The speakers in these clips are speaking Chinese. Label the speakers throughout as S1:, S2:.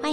S1: 欢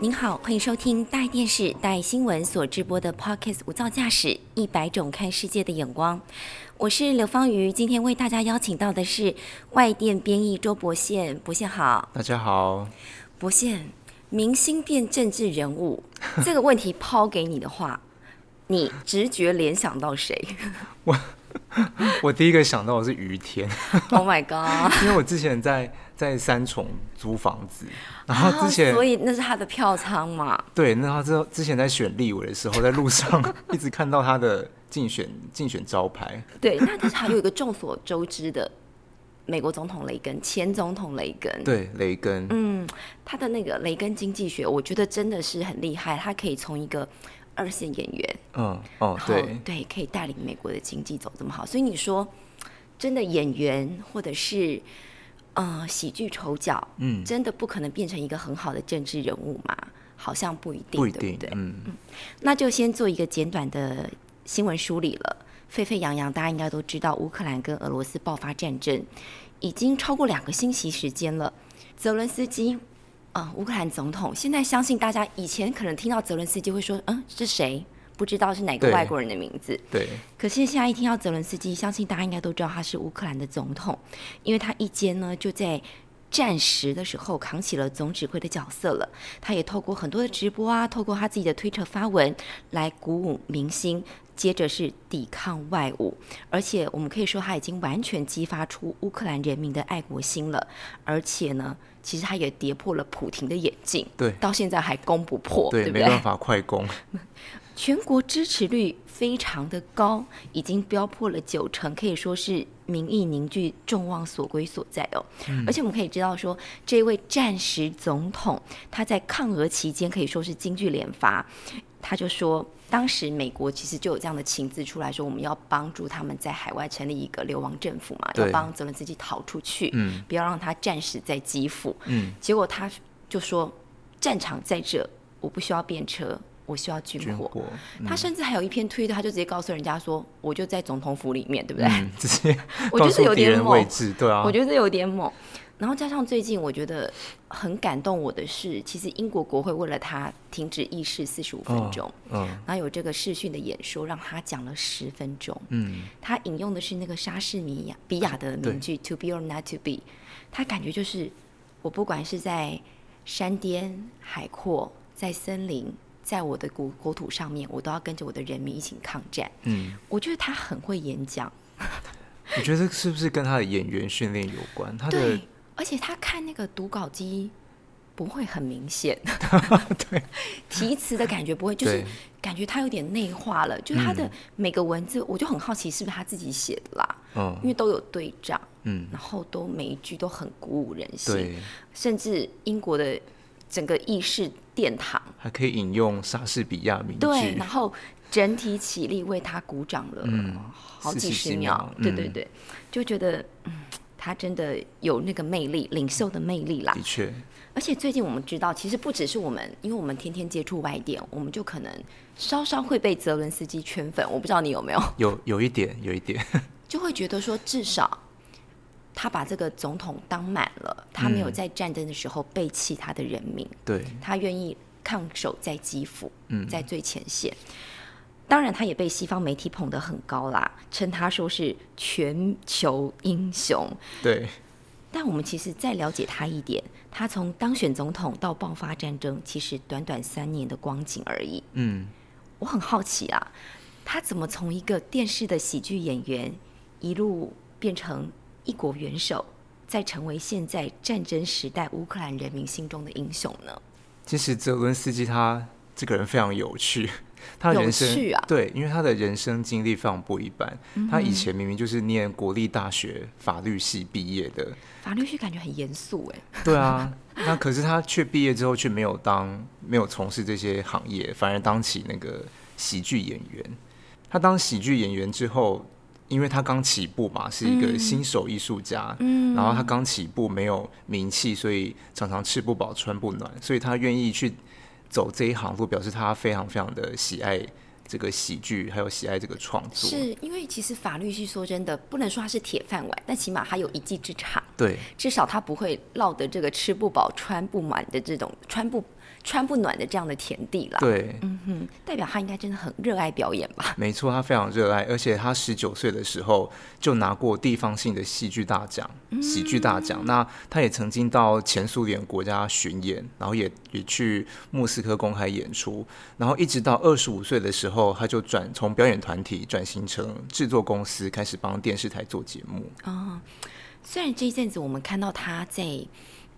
S2: 您好，欢迎收听大电视、大新闻所直播的 Podcast《无噪驾驶》，一百种看世界的眼光。我是刘芳瑜，今天为大家邀请到的是外电编译周博宪，博宪好，
S3: 大家好，
S2: 博宪，明星变政治人物这个问题抛给你的话，你直觉联想到谁
S3: 我第一个想到的是于天，
S2: ？Oh my god！
S3: 因为我之前在在三重租房子，然后之前、
S2: 啊所以那是他的票仓嘛？
S3: 对，那他之之前在选立委的时候，在路上 一直看到他的竞选竞选招牌，
S2: 对，那但是还有一个众所周知的美国总统雷根，前总统雷根，
S3: 对，雷根，
S2: 嗯，他的那个雷根经济学，我觉得真的是很厉害。他可以从一个二线演员，
S3: 嗯，哦，
S2: 然后
S3: 对，
S2: 对，可以带领美国的经济走这么好。所以你说，真的演员或者是呃喜剧丑角，
S3: 嗯，
S2: 真的不可能变成一个很好的政治人物嘛？好像不一定，
S3: 不一
S2: 对
S3: 定，
S2: 不对？
S3: 嗯，
S2: 那就先做一个简短的新闻梳理了。沸沸扬扬，大家应该都知道，乌克兰跟俄罗斯爆发战争已经超过两个星期时间了。泽伦斯基，啊、乌克兰总统，现在相信大家以前可能听到泽伦斯基会说，嗯，是谁？不知道是哪个
S3: 对
S2: 外国人的名字。
S3: 对，
S2: 可是现在一听到泽伦斯基，相信大家应该都知道他是乌克兰的总统，因为他一肩呢就在战时的时候扛起了总指挥的角色了。他也透过很多的直播啊，透过他自己的推特发文来鼓舞民心。接着是抵抗外侮，而且我们可以说他已经完全激发出乌克兰人民的爱国心了，而且呢，其实他也跌破了普廷的眼镜，
S3: 对
S2: 到现在还攻不破，
S3: 对，
S2: 不
S3: 没
S2: 对？
S3: 办法，快攻，
S2: 全国支持率非常的高，已经飙破了九成，可以说是民意凝聚众望所归所在哦。
S3: 嗯
S2: 而且我们可以知道说，这位战时总统他在抗俄期间可以说是京剧连发，他就说。当时美国其实就有这样的情资出来说，我们要帮助他们在海外成立一个流亡政府嘛，要
S3: 对
S2: 帮泽连斯基逃出去，
S3: 嗯
S2: 不要让他战死在基辅。
S3: 嗯，
S2: 结果他就说：“战场在这，我不需要便车，我需要军
S3: 军
S2: 火。
S3: 火，
S2: 他甚至还有一篇推特，他就直接告诉人家说：“我就在总统府里面，对不对？”
S3: 嗯，直接
S2: 我
S3: 告
S2: 就是有
S3: 诉敌
S2: 点
S3: 人位
S2: 猛，
S3: 置，对啊
S2: 我，觉得有点猛。然后加上最近我觉得很感动我的是，其实英国国会为了他停止议事四十五分
S3: 哦
S2: 钟，
S3: 嗯
S2: 然后有这个视讯的演说，让他讲了十分钟。
S3: 嗯，
S2: 他引用的是那个莎士比亚比亚的名句 “to be or not to be”，他感觉就是我不管是在山巅、海阔、在森林，在我的国国土上面，我都要跟着我的人民一起抗战。
S3: 嗯，
S2: 我觉得他很会演讲，
S3: 我觉得这是不是跟他的演员训练有关？他的
S2: 对，而且他看那个读稿机不会很明显，
S3: 对，
S2: 题词的感觉不会，就是
S3: 对
S2: 感觉他有点内化了，就是他的
S3: 嗯
S2: 每个文字，我就很好奇是不是他自己写的啦，因
S3: 嗯
S2: 为都有对仗。
S3: 嗯，
S2: 然后都每一句都很鼓舞人心，
S3: 对。
S2: 甚至英国的整个议事殿堂，
S3: 还可以引用莎士比亚名句，
S2: 对，然后整体起立为他鼓掌了，
S3: 嗯
S2: 好几十
S3: 40
S2: 秒
S3: 秒，
S2: 对对
S3: 嗯
S2: 对，就觉得嗯，他真的有那个魅力，领袖的魅力啦
S3: 的。确，
S2: 而且最近我们知道，其实不只是我们，因为我们天天接触外电，我们就可能稍稍会被泽伦斯基圈粉，我不知道你有没 有。
S3: 有有一点，有一点，
S2: 就会觉得说，至少他把这个总统当满了，他没有
S3: 嗯
S2: 在战争的时候背弃他的人民，
S3: 对，
S2: 他愿意抗守在基辅，
S3: 嗯
S2: 在最前线。当然，他也被西方媒体捧得很高啦，称他说是全球英雄。
S3: 对，
S2: 但我们其实再了解他一点，他从当选总统到爆发战争，其实短短三年的光景而已。
S3: 嗯，
S2: 我很好奇啊，他怎么从一个电视的喜剧演员一路变成一国元首，再成为现在战争时代乌克兰人民心中的英雄呢？
S3: 其实泽伦斯基他这个人非常有趣， 他的人
S2: 有
S3: 生
S2: 趣啊嗯
S3: 对，因为他的人生经历非常不一般。他以前明明就是念国立大学法律系毕业的，
S2: 法律系感觉很严肃哎、
S3: 对啊，那可是他却毕业之后却没有当没有从事这些行业，反而当起那个喜剧演员。他当喜剧演员之后，因为他刚起步嘛，是一个新手艺术家，
S2: 嗯
S3: 然后他刚起步没有名气，所以常常吃不饱穿不暖，所以他愿意去走这一行路，表示他非常非常的喜爱这个喜剧，还有喜爱这个创作。
S2: 是因为其实法律系说真的，不能说它是铁饭碗，但起码它有一技之长，
S3: 对，
S2: 至少它不会落得这个吃不饱穿不暖的这种穿不穿不暖的这样的田地啦。，
S3: 对，
S2: 嗯，代表他应该真的很热爱表演吧？
S3: 没错，他非常热爱，而且他十九岁的时候就拿过地方性的戏剧大奖，喜剧大奖。那他也曾经到前苏联国家巡演，然后也也去莫斯科公开演出，然后一直到二十五岁的时候，他就转从表演团体转型成制作公司，开始帮电视台做节目。
S2: 哦，虽然这一阵子我们看到他在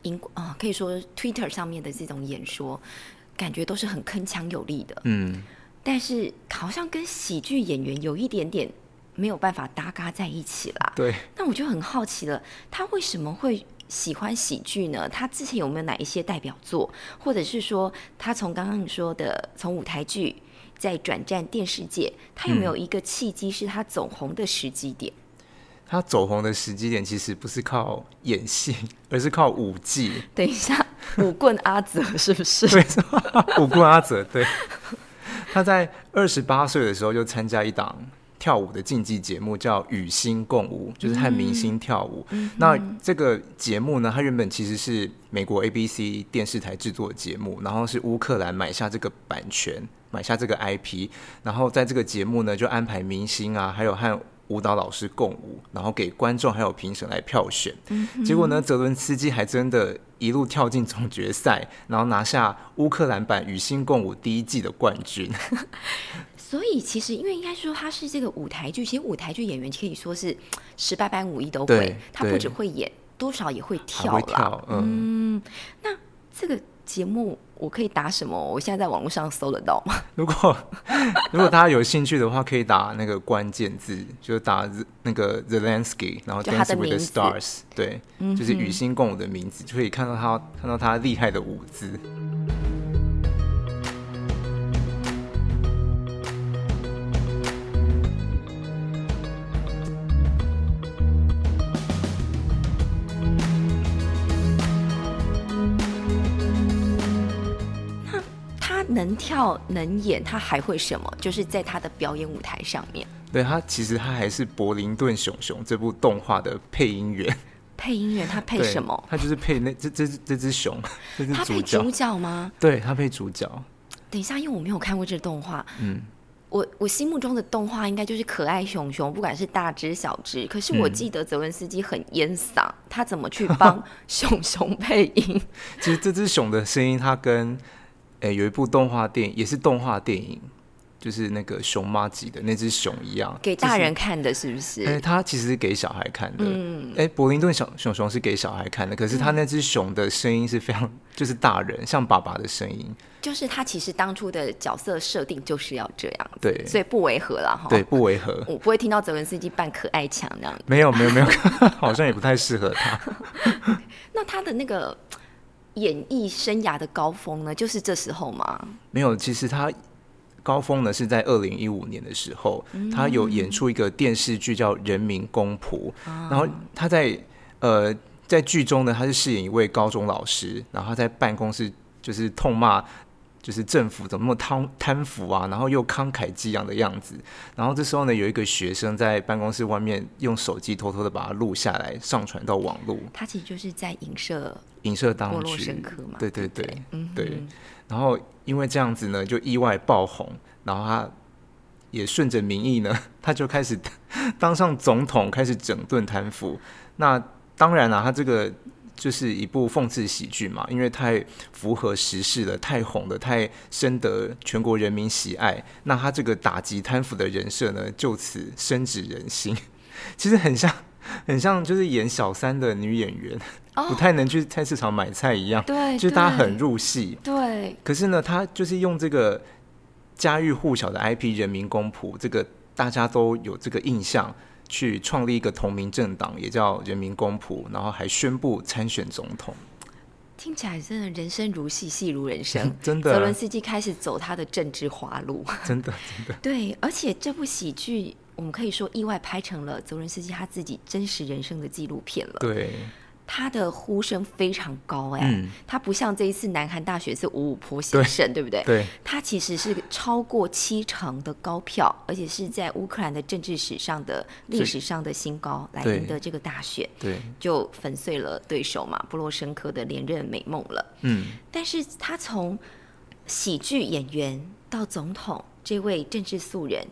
S2: 英国啊、可以说 Twitter 上面的这种演说，感觉都是很铿锵有力的，
S3: 嗯，
S2: 但是好像跟喜剧演员有一点点没有办法搭嘎在一起啦。
S3: 对。
S2: 那我就很好奇了，他为什么会喜欢喜剧呢？他之前有没有哪一些代表作，或者是说他从刚刚你说的从舞台剧再转战电视界，他有没
S3: 嗯
S2: 有一个契机是他走红的时机点？
S3: 他走红的时机点其实不是靠演戏，而是靠舞技。
S2: 等一下，舞棍阿泽是不是？
S3: 对，是吧五棍阿泽对。他在二十八岁的时候就参加一档跳舞的竞技节目，叫《与星共舞》，就是和明星跳舞。那这个节目呢，它原本其实是美国 ABC 电视台制作的节目，然后是乌克兰买下这个版权，买下这个 IP，然后在这个节目呢，就安排明星啊，还有和舞蹈老师共舞，然后给观众还有评审来票选。结果呢，泽伦斯基还真的一路跳进总决赛，然后拿下乌克兰版《与星共舞》第一季的冠军。
S2: 所以其实，因为应该说他是这个舞台剧，其实舞台剧演员可以说是十八般武艺都会
S3: 对，
S2: 他不
S3: 对
S2: 只会演，多少也会
S3: 还
S2: 跳
S3: 会
S2: 啦。
S3: 跳，嗯，
S2: 这个节目我可以打什么？我现在在网络上搜得到吗？
S3: 如果 如果大家有兴趣的话，可以打那个关键字，就是打 Z- 那个 Zelensky，然后
S2: 就他
S3: Dance
S2: 的
S3: with the
S2: 名字嗯
S3: Stars，对，就是与星共舞的名字，就可以看到他看到他厉害的舞姿。
S2: 他能跳能演，他还会什么？就是在他的表演舞台上面，
S3: 对他，其实他还是《柏林顿熊熊》这部动画的配音员。
S2: 配音员他配
S3: 对
S2: 什么？
S3: 他就是配那这这这只熊， 这只
S2: 他配
S3: 主角
S2: 主。角吗？
S3: 对他配主角，
S2: 等一下，因为我没有看过这动画，
S3: 嗯，
S2: 我我心目中的动画应该就是可爱熊熊，不管是大只小只。可是我
S3: 嗯
S2: 记得泽文斯基很烟嗓，他怎么去 帮熊熊配音？
S3: 其实这只熊的声音，它跟诶、有一部动画电影，也是动画电影，就是那个熊妈级的那只熊一样，
S2: 给
S3: 就是
S2: 大人看的是不是？
S3: 哎、它其实是给小孩看的。嗯，哎、柏林顿小熊熊是给小孩看的，可是
S2: 嗯
S3: 它那只熊的声音是非常， 就是大人像爸爸的声音，
S2: 就是他其实当初的角色设定就是要这样，
S3: 对
S2: 所以不违和了哈。
S3: 对，，不违和。
S2: 我不会听到泽文斯基扮可爱强那样。
S3: 没有没有没有， 好像也不太适合他。
S2: 那他的那个演艺生涯的高峰呢，就是这时候吗？
S3: 没有，其实他高峰呢是在二零一五年的时候，他有演出一个电视剧叫《人民公仆》，然后他在呃在剧中呢，他是饰演一位高中老师，然后他在办公室就是痛骂。就是政府怎么那么贪贪腐啊，然后又慷慨激昂的样子。然后这时候呢，有一个学生在办公室外面用手机偷偷的把它录下来，上传到网络。
S2: 他其实就是在影射
S3: 影射当
S2: 波
S3: 局，
S2: 洛申科嘛
S3: 对对
S2: 对
S3: 对
S2: 不对嗯
S3: 对。然后因为这样子呢，就意外爆红，然后他也顺着民意呢， 他就开始当上总统，开始整顿贪腐。那当然啦、啊他这个就是一部讽刺喜剧嘛，因为太符合时事了，太红了，太深得全国人民喜爱。那他这个打击贪腐的人设呢，就此深植人心。 其实很像，很像就是演小三的女演员，
S2: 哦
S3: 不太能去菜市场买菜一样，
S2: 对
S3: 就是大家很入戏。
S2: 对
S3: 可是呢，他就是用这个家喻户晓的 IP《人民公仆》，这个大家都有这个印象，去创立一个同名政党，也叫人民公仆，然后还宣布参选总统。。
S2: 听起来真的人生如戏，戏如人生
S3: 真的
S2: 泽 伦斯基开始走他的政治花路。
S3: 真的，真的，
S2: 对，而且这部喜剧，我们可以说意外拍成了泽伦斯基他自己真实人生的纪录片了。
S3: 对，
S2: 他的呼声非常高哎、
S3: 嗯
S2: 他不像这一次南韩大学是五五坡先生，对不对？
S3: 对
S2: 他其实是超过七成的高票，而且是在乌克兰的政治史上的历史上的新高，来
S3: 对
S2: 赢得这个大选，
S3: 对，
S2: 就粉碎了对手嘛布洛申科的连任美梦了。
S3: 嗯，
S2: 但是他从喜剧演员到总统这位政治素人，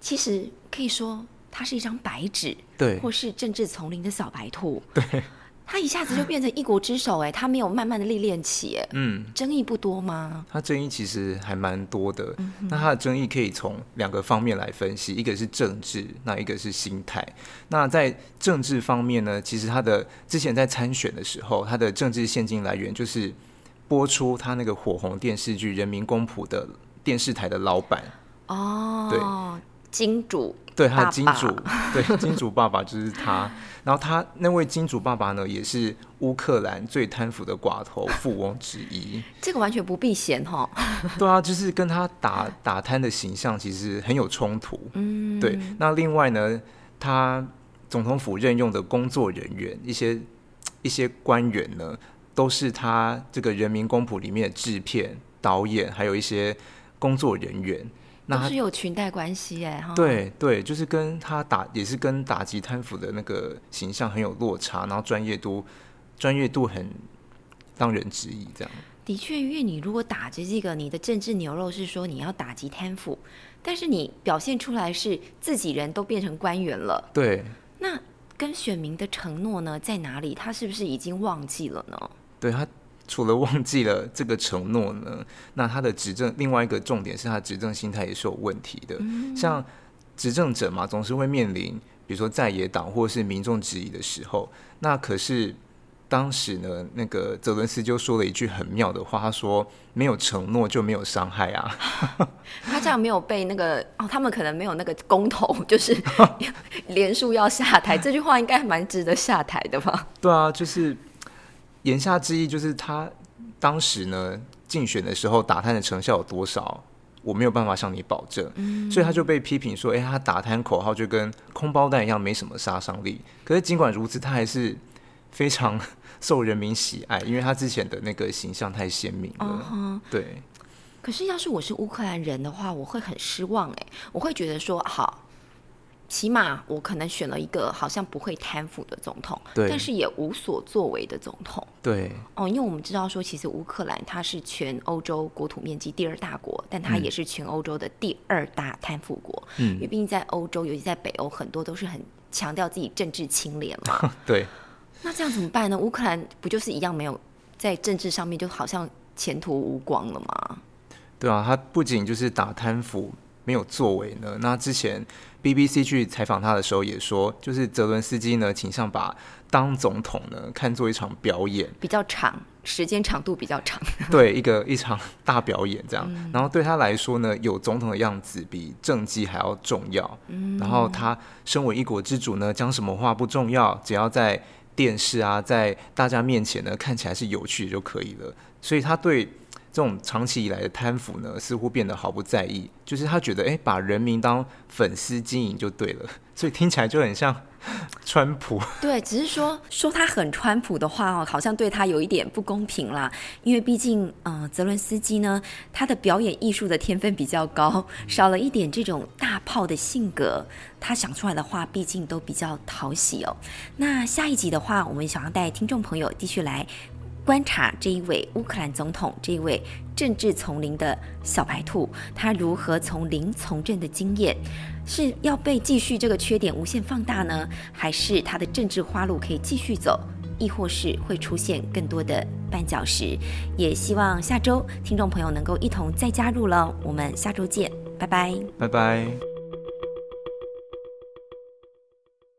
S2: 其实可以说他是一张白纸，
S3: 对
S2: 或是政治丛林的小白 兔，对，他一下子就变成一国之首，哎，他没有慢慢的历练起，哎，
S3: 嗯，
S2: 争议不多吗？
S3: 它争议其实还蛮多的。
S2: 嗯
S3: 那它的争议可以从两个方面来分析，一个是政治，那一个是心态。那在政治方面呢，其实他的之前在参选的时候，他的政治现金来源就是播出他那个火红电视剧《人民公仆》的电视台的老板。
S2: 哦，金主，
S3: 对，他
S2: 爸
S3: 的金
S2: 爸
S3: 主，对金主爸爸就是他。然后他那位金主爸爸呢，也是乌克兰最贪腐的寡头富翁之一。
S2: 这个完全不避嫌哈、
S3: 对啊，就是跟他打打摊的形象其实很有冲突。嗯，对。那另外呢，他总统府任用的工作人员，一些一些官员呢，都是他这个人民公仆里面的制片、导演，还有一些工作人员。那
S2: 都
S3: 他
S2: 是有裙带关系，哎，哈，，
S3: 对对，就是跟他打也是跟打击贪腐的那个形象很有落差，然后专业度专业度很让人质疑，这样。
S2: 的确，因为你如果打着这个，你的政治牛肉是说你要打击贪腐，但是你表现出来是自己人都变成官员了，
S3: 对，
S2: 那跟选民的承诺呢在哪里？他是不是已经忘记了呢？
S3: 对他除了忘记了这个承诺呢，那他的执政另外一个重点是他的执政心态也是有问题的。像执政者嘛，总是会面临比如说在野党或是民众质疑的时候，那可是。当时呢，那个泽伦斯就说了一句很妙的话，他说：“没有承诺就没有伤害啊。”
S2: 他这样没有被那个哦，他们可能没有那个公投，就是 连署要下台，这句话应该蛮值得下台的吧？
S3: 对啊，就是言下之意就是他当时呢竞选的时候打探的成效有多少，我没有办法向你保证，所以他就被批评说，哎、他打探口号就跟空包弹一样，没什么杀伤力。可是尽管如此，他还是非常 受人民喜爱，因为他之前的那个形象太鲜明了。对，
S2: 可是要是我是乌克兰人的话，我会很失望哎、我会觉得说好。起码我可能选了一个好像不会贪腐的总统，
S3: 对
S2: 但是也无所作为的总统
S3: 对，
S2: 哦。因为我们知道说，其实乌克兰它是全欧洲国土面积第二大国，但它也是全欧洲的第二大贪腐国。
S3: 嗯
S2: 因为毕竟在欧洲，尤其在北欧，很多都是很强调自己政治清廉嘛。
S3: 对，
S2: 那这样怎么办呢？乌克兰不就是一样没有在政治上面就好像前途无光了吗？
S3: 对啊，他不仅就是打贪腐没有作为呢，那之前 BBC 去采访他的时候也说，就是泽伦斯基呢倾向把当总统呢看作一场表演，
S2: 比较长，时间长度比较长。
S3: 对一个一场大表演这样。然后对他来说呢，有总统的样子比政绩还要重要。然后他身为一国之主呢，讲什么话不重要，只要在电视啊，在大家面前呢看起来是有趣就可以了。所以他对这种长期以来的贪腐呢，似乎变得毫不在意，就是他觉得哎、诶把人民当粉丝经营就对了， 所以听起来就很像 川普。
S2: 对，只是说说他很川普的话哦，好像对他有一点不公平啦。因为毕竟，呃，泽伦斯基呢，他的表演艺术的天分比较高，少了一点这种大炮的性格，他想出来的话毕竟都比较讨喜哦。那下一集的话，我们想要带听众朋友继续来观察这一位乌克兰总统，这一位政治丛林的小白兔，他如何从零从政的经验，是要被继续这个缺点无限放大呢，还是他的政治花路可以继续走？亦或是会出现更多的绊脚石，也希望下周听众朋友能够一同再加入了。我们下周见，拜拜。
S3: 拜拜。